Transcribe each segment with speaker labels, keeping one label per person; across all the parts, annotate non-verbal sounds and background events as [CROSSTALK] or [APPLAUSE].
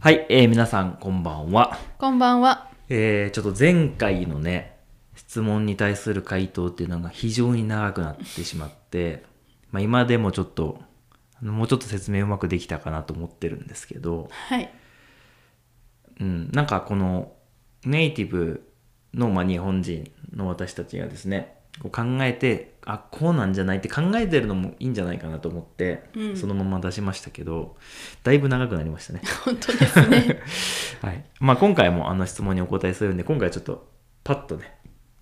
Speaker 1: はい、えー皆さんこんばんは。
Speaker 2: こんばんは。
Speaker 1: えーちょっと前回のね、質問に対する回答っていうのが非常に長くなってしまって、まあ、今でもちょっと、あのもうちょっと説明うまくできたかなと思ってるんですけど、
Speaker 2: はい。
Speaker 1: うん、なんかこのネイティブの、まあ、日本人の私たちがですねこう考えてあこうなんじゃないって考えてるのもいいんじゃないかなと思って、
Speaker 2: うん
Speaker 1: そのまま出しましたけどだいぶ長くなりましたね、
Speaker 2: 本当で
Speaker 1: [LAUGHS]
Speaker 2: すね。
Speaker 1: はいまあ、今回もあの質問にお答えするんで今回はちょっとパッとね、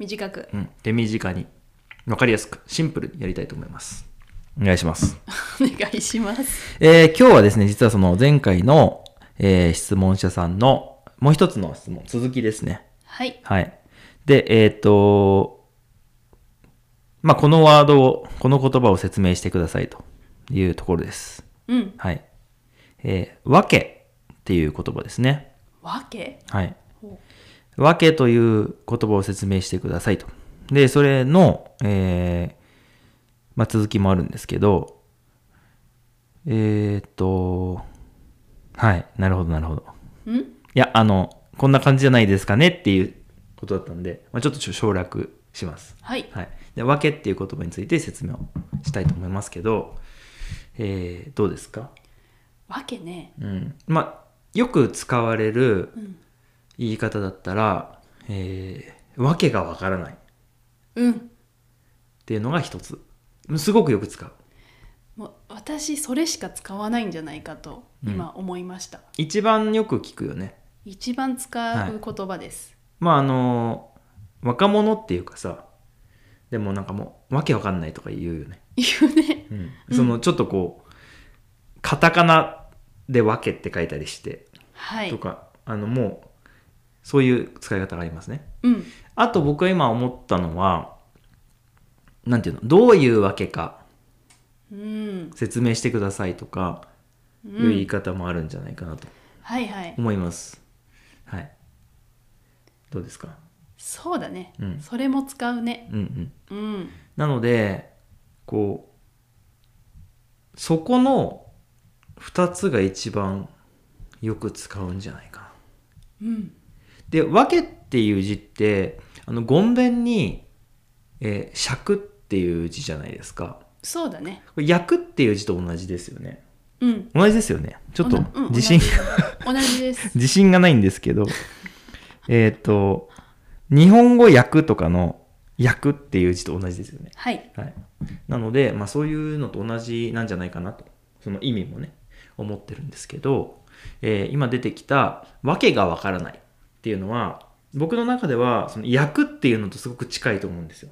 Speaker 2: 短く。
Speaker 1: うん、手短に分かりやすくシンプルにやりたいと思いますお願いします
Speaker 2: お願いします。
Speaker 1: えー今日はですね、実はその前回の、えー質問者さんのもう一つの質問、続きですね。
Speaker 2: はい。
Speaker 1: はい。で、えっ、と、まあ、このワードを、この言葉を説明してくださいというところです。
Speaker 2: うん。
Speaker 1: はい。えー、わけっていう言葉ですね。
Speaker 2: わけ
Speaker 1: はい。
Speaker 2: ほ
Speaker 1: わけという言葉を説明してくださいと。で、それの、えーまあ、続きもあるんですけど、えーっと、はい、なるほど、なるほど。
Speaker 2: う。ん
Speaker 1: いや、あの、こんな感じじゃないですかねっていうことだったんで、まあ、ちょっとちょ省略します。
Speaker 2: はい。
Speaker 1: はい。で、わけっていう言葉について説明をしたいと思いますけど、えーどうですか
Speaker 2: わけね。
Speaker 1: うん。まあ、よく使われる、
Speaker 2: うん。
Speaker 1: 言い方だったら、えー、わけがわからないっ
Speaker 2: うん。
Speaker 1: ていうのが一つすごくよく使う
Speaker 2: もう私、それしか使わないんじゃないかと、
Speaker 1: うん
Speaker 2: 今思いました。
Speaker 1: 一番よく聞くよね
Speaker 2: 一番使う言葉です。
Speaker 1: まああの若者っていうかさでもなんかもうわけわかんないとか言うよね、
Speaker 2: 言うね。
Speaker 1: うんそのちょっとこうカタカナでわけって書いたりして、
Speaker 2: はい
Speaker 1: と。かあのもうそういう使い方がありますね
Speaker 2: うん。
Speaker 1: あと僕が今思ったのはなんていうのどういうわけか
Speaker 2: うん。
Speaker 1: 説明してくださいとか
Speaker 2: う
Speaker 1: いう言い
Speaker 2: ん。
Speaker 1: 方もあるんじゃないかなと
Speaker 2: はいはい。
Speaker 1: 思います。はい。どうですか
Speaker 2: そうだね
Speaker 1: う。ん
Speaker 2: それも使うね。
Speaker 1: うんうん。
Speaker 2: うん。
Speaker 1: なので、こう、そこの2つが一番よく使うんじゃないかな。
Speaker 2: うん。
Speaker 1: で、わけっていう字って、あの、ごんべんに、えー尺っていう字じゃないですか。
Speaker 2: そうだね。
Speaker 1: これ役っていう字と同じですよね。
Speaker 2: うん。
Speaker 1: 同じですよね。ちょっと
Speaker 2: おなうん
Speaker 1: 自信、
Speaker 2: 同じ同じです。
Speaker 1: 自信がないんですけ [LAUGHS] どえっと日本語訳とかの訳っていう字と同じですよね、
Speaker 2: はい。
Speaker 1: はい、なので、まあ、そういうのと同じなんじゃないかなとその意味もね思ってるんですけど、えー今出てきた「わけがわからない」っていうのは僕の中ではその訳っていうのとすごく近いと思うんですよ、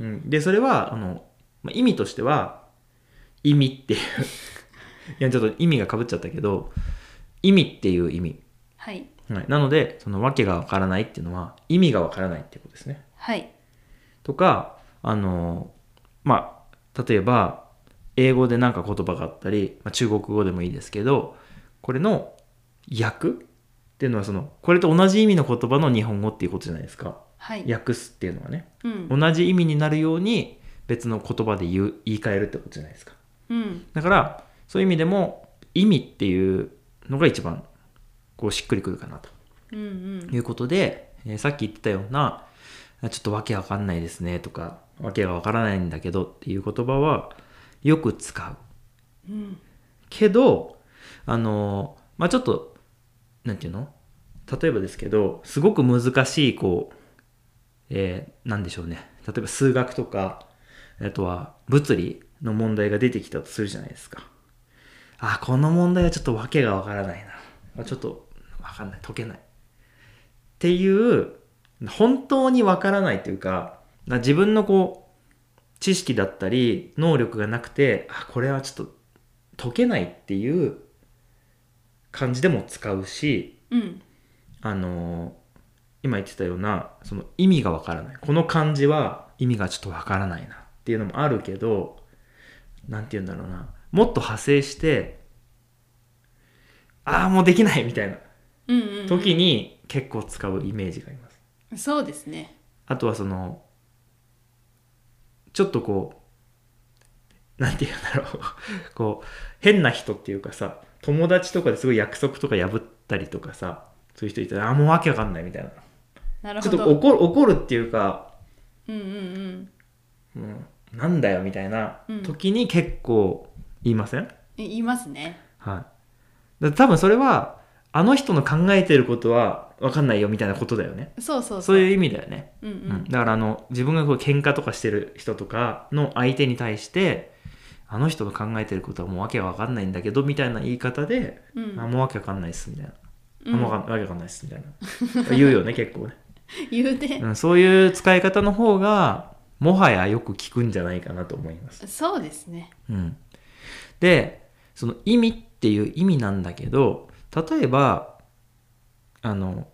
Speaker 1: うん、でそれはあの、まあ、意味としては意味 [LAUGHS] っていういやちょっと意味がかぶっちゃったけど意味っていう意味
Speaker 2: はい。
Speaker 1: はい、なのでその訳がわからないっていうのは意味がわからないっていうことですね。
Speaker 2: はい。
Speaker 1: とかあのまあ例えば英語で何か言葉があったり、まあ、中国語でもいいですけどこれの訳っていうのはそのこれと同じ意味の言葉の日本語っていうことじゃないですか
Speaker 2: はい。
Speaker 1: 訳すっていうのはね
Speaker 2: うん。
Speaker 1: 同じ意味になるように別の言葉で言う言い換えるってことじゃないですか
Speaker 2: うん。
Speaker 1: だからそういう意味でも意味っていうのが一番こうしっくりくるかなと
Speaker 2: うんうん。
Speaker 1: いうことで、えーさっき言ってたような、あちょっとわけわかんないですねとか、わけがわからないんだけどっていう言葉はよく使う。
Speaker 2: うん
Speaker 1: けど、あのーまあ、ちょっと、なんていうの例えばですけど、すごく難しい、こう、えーなんでしょうね。例えば数学とか、あとは物理の問題が出てきたとするじゃないですか。あ、この問題はちょっとわけがわからないな。あちょっとわかんない。解けない。っていう、本当にわからないというか、な自分のこう、知識だったり、能力がなくて、あ、これはちょっと解けないっていう感じでも使うし、
Speaker 2: うん
Speaker 1: あのー今言ってたようなその意味がわからないこの漢字は意味がちょっとわからないなっていうのもあるけどなんて言うんだろうなもっと派生してああもうできないみたいな
Speaker 2: うんうんうん
Speaker 1: 時に結構使うイメージがあります。
Speaker 2: そうですね
Speaker 1: あとはそのちょっとこう [LAUGHS] なんて言うんだろうこう変な人っていうかさ友達とかですごい約束とか破っったりとかさそういう人いたらあもうわけわかんないみたいな
Speaker 2: なる
Speaker 1: ちょ
Speaker 2: ほ
Speaker 1: っ
Speaker 2: ど
Speaker 1: と怒る怒るっていうか、
Speaker 2: うんうんうん
Speaker 1: うん、なんだよみたいな
Speaker 2: うん
Speaker 1: 時に結構言いません、
Speaker 2: え言いますね
Speaker 1: はい、だから多分それはあの人の考えてることはわかんないよみたいなことだよね
Speaker 2: そうそう
Speaker 1: そういう意味だよね、
Speaker 2: うんう
Speaker 1: うん
Speaker 2: ん
Speaker 1: だからあの自分がこう喧嘩とかしてる人とかの相手に対してあの人の考えてることはもうわけわかんないんだけどみたいな言い方で、
Speaker 2: うん
Speaker 1: あもうわけわかんないっすみたいな、
Speaker 2: うん
Speaker 1: あもうわかんわけわかんないっすみたい
Speaker 2: [LAUGHS]
Speaker 1: な言うよね結構ね、
Speaker 2: 言うて
Speaker 1: うん、そういう使い方の方がもはやよく聞くんじゃないかなと思います
Speaker 2: そうですね
Speaker 1: うん、でその意味っていう意味なんだけど例えばあの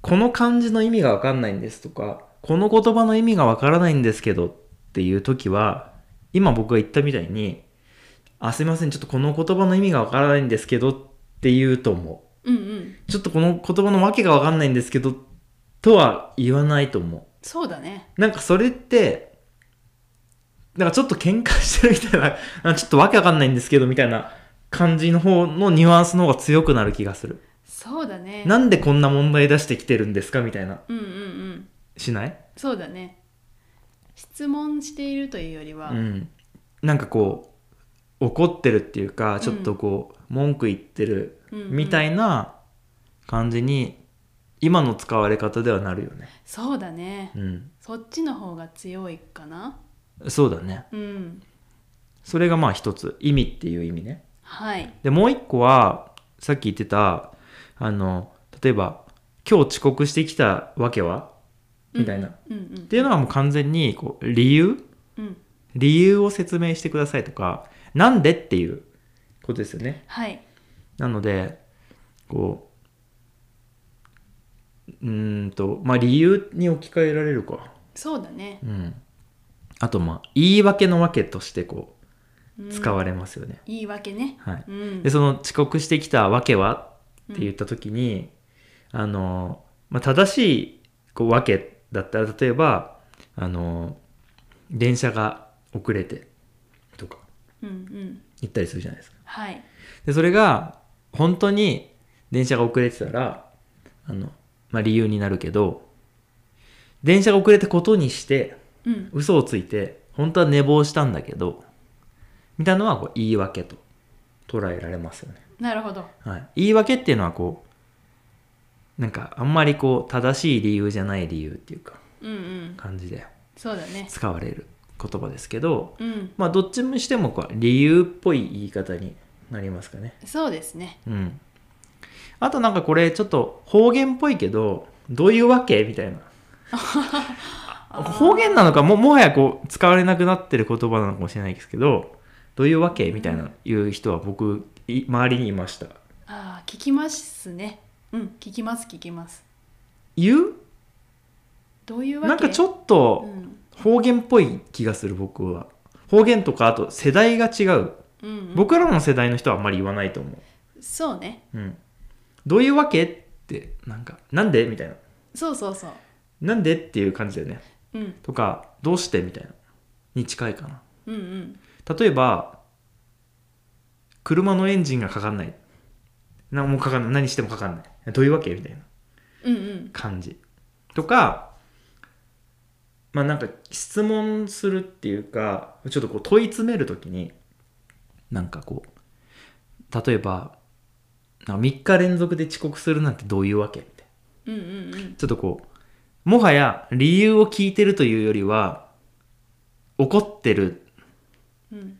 Speaker 1: この漢字の意味が分かんないんですとかこの言葉の意味が分からないんですけどっていう時は今僕が言ったみたいに「あすいませんちょっとこの言葉の意味が分からないんですけど」って言うと思
Speaker 2: うんうん
Speaker 1: うちょっとこの言葉の訳が分かんないんですけどとは言わないと思う
Speaker 2: そうだね
Speaker 1: なんかそれって、なんかちょっと喧嘩してるみたいな、 [LAUGHS] あちょっとわけわかんないんですけどみたいな感じの方のニュアンスの方が強くなる気がする。
Speaker 2: そうだね
Speaker 1: なんでこんな問題出してきてるんですかみたいな。
Speaker 2: うんうんうん
Speaker 1: しない
Speaker 2: そうだね質問しているというよりは、
Speaker 1: うん。なんかこう、怒ってるっていうか、ちょっとこう、文句言ってる
Speaker 2: うんうん
Speaker 1: みたいな感じに、今の使われ方ではなるよね。
Speaker 2: そうだね、
Speaker 1: うん。
Speaker 2: そっちの方が強いかな
Speaker 1: そうだね。
Speaker 2: うん
Speaker 1: それがまあ一つ。意味っていう意味ね。
Speaker 2: はい
Speaker 1: でもう一個はさっき言ってたあの例えば「今日遅刻してきたわけは?」みたいな、っ
Speaker 2: うんうん
Speaker 1: ていうのはもう完全にこう理由
Speaker 2: うん
Speaker 1: 理由を説明してくださいとか「なんで?」っていうことですよね
Speaker 2: はい
Speaker 1: なのでこううーんとまあ理由に置き換えられるか
Speaker 2: そうだね
Speaker 1: うんあとまあ言い訳のわけとしてこう使
Speaker 2: うん
Speaker 1: われますよね、
Speaker 2: 言い訳ね
Speaker 1: はい
Speaker 2: うん
Speaker 1: でその遅刻してきたわけはって言った時に、あの、まあ、正しいこうわけだったら例えばあの電車が遅れてとか
Speaker 2: うんうん
Speaker 1: 言ったりするじゃないですか。
Speaker 2: はい
Speaker 1: でそれが本当に電車が遅れてたらあの、まあ、理由になるけど電車が遅れたことにして
Speaker 2: うん
Speaker 1: 嘘をついて本当は寝坊したんだけどみたいなのはこう言い訳と捉えられますよね。
Speaker 2: なるほど
Speaker 1: はい、言い訳っていうのはこうなんかあんまりこう正しい理由じゃない理由っていうか
Speaker 2: うんうん
Speaker 1: 感じで
Speaker 2: そうだね
Speaker 1: 使われる言葉ですけど
Speaker 2: うん
Speaker 1: まあどっちにしてもこう理由っぽい言い方になりますかね
Speaker 2: そうですね
Speaker 1: うんあとなんかこれちょっと方言っぽいけどどういうわけみたいな方言なのかももはやこう使われなくなってる言葉なのかもしれないですけどどういうわけみたいな言う人は僕い周りにいました
Speaker 2: ああ聞きますねうん聞きます聞きます
Speaker 1: 言う
Speaker 2: どういうわけ
Speaker 1: なんかちょ
Speaker 2: っ
Speaker 1: っと
Speaker 2: うん
Speaker 1: 方言っぽい気がする僕は方言とかあと世代が違う
Speaker 2: うんうん
Speaker 1: 僕らの世代の人はあんまり言わないと思
Speaker 2: そうね
Speaker 1: う、うん、どういうわけってなんかなんでみたいな
Speaker 2: そうそうそう
Speaker 1: なんでっていう感じだよね
Speaker 2: うん
Speaker 1: とかどうしてみたいなに近いかな
Speaker 2: うんうん
Speaker 1: 例えば車のエンジンがかかんない何もかかんない何してもかかんないどういうわけみたいな
Speaker 2: うんうん
Speaker 1: 感じとかまあなんか質問するっていうかちょっとこう問い詰めるときになんかこう例えばなんか3日連続で遅刻するなんてどういうわけみたいな
Speaker 2: うんうんうん
Speaker 1: ちょっとこうもはや理由を聞いてるというよりは怒ってる
Speaker 2: うん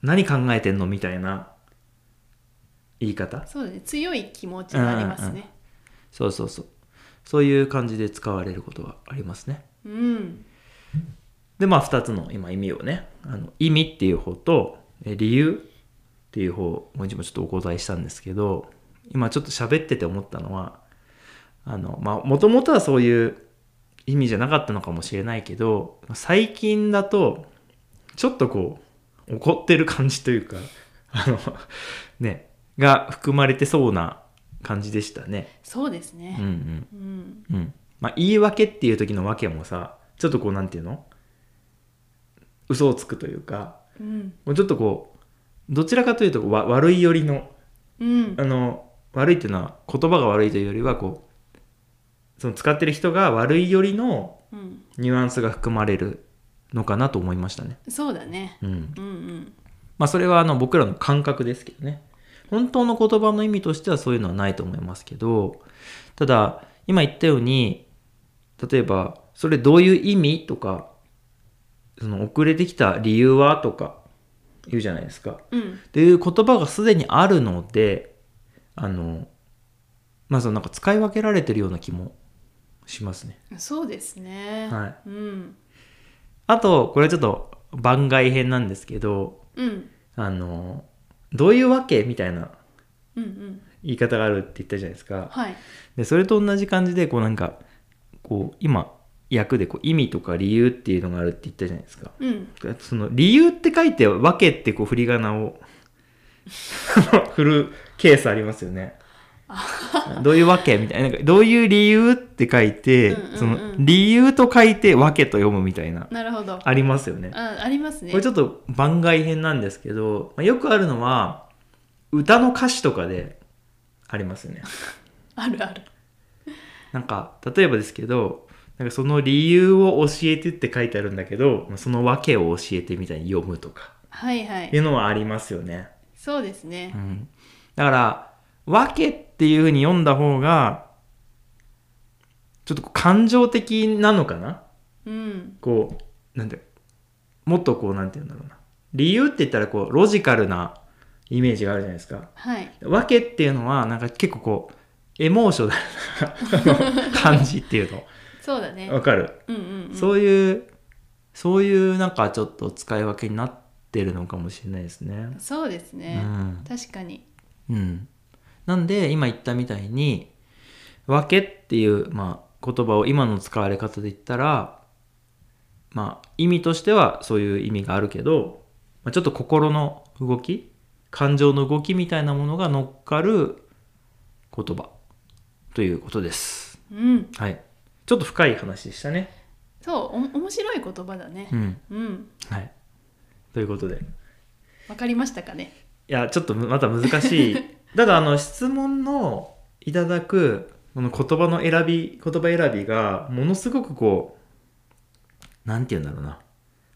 Speaker 1: 何考えてんのみたいな言い方
Speaker 2: そうだね強い気持ちがありますね
Speaker 1: そうそうそうそういう感じで使われることはありますね
Speaker 2: うん
Speaker 1: でまあ2つの今意味をねあの意味っていう方とえ理由っていう方をもう一度ちょっとお答えしたんですけど今ちょっと喋ってて思ったのはあのまあもともとはそういう意味じゃなかったのかもしれないけど最近だとちょっとこう怒ってる感じというかあのねが含まれてそうな感じでしたね。
Speaker 2: そうです
Speaker 1: うんう
Speaker 2: ね
Speaker 1: ん
Speaker 2: うん
Speaker 1: うん。まあ、言い訳っていう時の訳もさ、ちょっとこう、なんていうの嘘をつくというか、
Speaker 2: うん
Speaker 1: もうちょっとこう、どちらかというとわ悪い寄りの、
Speaker 2: うん
Speaker 1: あの、悪いっていうのは言葉が悪いというよりはこうその使ってる人が悪いよりの
Speaker 2: うん、
Speaker 1: ニュアンスが含まれるのかなと思いましたね。
Speaker 2: そうだね
Speaker 1: うん、
Speaker 2: うんうん
Speaker 1: まあそれはあの僕らの感覚ですけどね。本当の言葉の意味としてはそういうのはないと思いますけど、ただ今言ったように、例えばそれどういう意味とか、その遅れてきた理由はとか言うじゃないですか。
Speaker 2: うん
Speaker 1: っていう言葉がすでにあるので、あの、まあそのなんか使い分けられてるような気もしますね。
Speaker 2: そうですね
Speaker 1: はい
Speaker 2: うん
Speaker 1: あと、これはちょっと番外編なんですけど、
Speaker 2: うん
Speaker 1: あの、どういうわけみたいな
Speaker 2: うんうん
Speaker 1: 言い方があるって言ったじゃないですか。
Speaker 2: はい
Speaker 1: で、それと同じ感じで、こうなんか、こう、今、訳でこう意味とか理由っていうのがあるって言ったじゃないですか。
Speaker 2: うん
Speaker 1: その理由って書いて、わけってこう振り仮名を [LAUGHS] 振るケースありますよね。どういうわけみたいな。なんかどういう理由って書いて、
Speaker 2: うんうんうん
Speaker 1: その理由と書いてわけと読むみたいな、
Speaker 2: [LAUGHS] なるほど
Speaker 1: ありますよね。
Speaker 2: あありますね
Speaker 1: これちょっと番外編なんですけど、まあ、よくあるのは、歌の歌詞とかでありますよね。
Speaker 2: あるある
Speaker 1: なんか、例えばですけど、なんかその理由を教えてって書いてあるんだけど、まあその訳を教えてみたいに読むとか、
Speaker 2: はいはい
Speaker 1: いうのはありますよね。
Speaker 2: そうですね
Speaker 1: うん。だから、訳っていう風に読んだ方が、ちょっとこう感情的なのかな
Speaker 2: うん
Speaker 1: こう、なんて、もっとこう、なんて言うんだろうな。理由って言ったら、こう、ロジカルなイメージがあるじゃないですか。
Speaker 2: はい
Speaker 1: 訳っていうのは、なんか結構こう、エモーショナルな [LAUGHS] 感じっていう
Speaker 2: そうだね
Speaker 1: の。わかる、
Speaker 2: うんうん、うん、
Speaker 1: そういう、そういうなんかちょっと使い分けになってるのかもしれないですね。
Speaker 2: そうです
Speaker 1: う
Speaker 2: ね、
Speaker 1: ん。
Speaker 2: 確かに
Speaker 1: うん。なんで、今言ったみたいに、訳っていう、まあ、言葉を今の使われ方で言ったら、まあ、意味としてはそういう意味があるけど、まあ、ちょっと心の動き、感情の動きみたいなものが乗っかる言葉ということです。
Speaker 2: うん
Speaker 1: はい。ちょっと深い話でしたね。
Speaker 2: そうお面白い言葉だね
Speaker 1: うん。
Speaker 2: うん
Speaker 1: はい。ということで。
Speaker 2: わかりましたかね
Speaker 1: いやちょっとむまた難しいただあの質問のいただくこの言葉の選び言葉選びがものすごくこうなんて言うんだろうな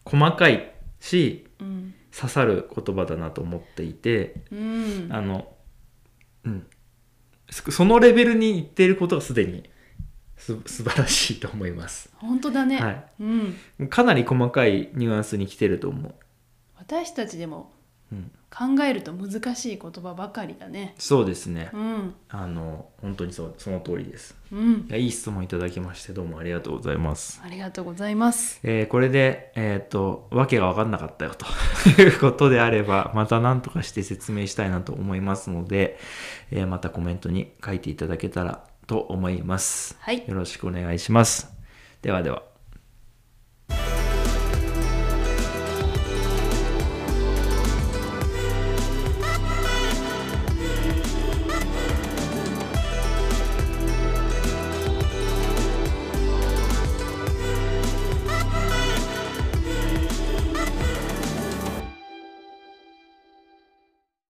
Speaker 1: 細かいし
Speaker 2: うん
Speaker 1: 刺さる言葉だなと思っていて
Speaker 2: うん
Speaker 1: あのうんそそのレベルにいっていることがすでにす素晴らしいと思います、
Speaker 2: 本当だね、
Speaker 1: は
Speaker 2: うん
Speaker 1: い、かなり細かいニュアンスに来てると思う、
Speaker 2: 私たちでも
Speaker 1: うん、
Speaker 2: 考えると難しい言葉ばかりだね
Speaker 1: そうですね
Speaker 2: うん
Speaker 1: あの本当にそうその通りです
Speaker 2: うん
Speaker 1: いやいい質問いただきましてどうもありがとうございます。
Speaker 2: ありがとうございます
Speaker 1: えーこれで、えっ、と、わけが分かんなかったよということであれば、 [LAUGHS] また何とかして説明したいなと思いますので、えーまたコメントに書いていただけたらと思います。
Speaker 2: はい
Speaker 1: よろしくお願いします。ではでは。